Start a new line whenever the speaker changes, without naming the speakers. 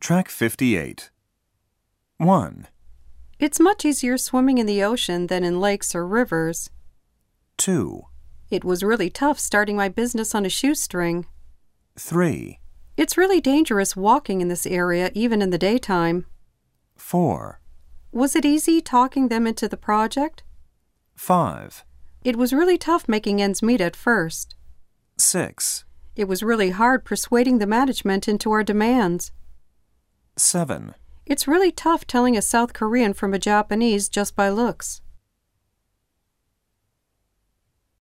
Track 58. 1,
It's much easier swimming in the ocean than in lakes or rivers.
2,
It was really tough starting my business on a shoestring.
3,
It's really dangerous walking in this area even in the daytime.
4,
Was it easy talking them into the project?
5,
It was really tough making ends meet at first.
6,
It was really hard persuading the management into our demands.
7.
It's really tough telling a South Korean from a Japanese just by looks.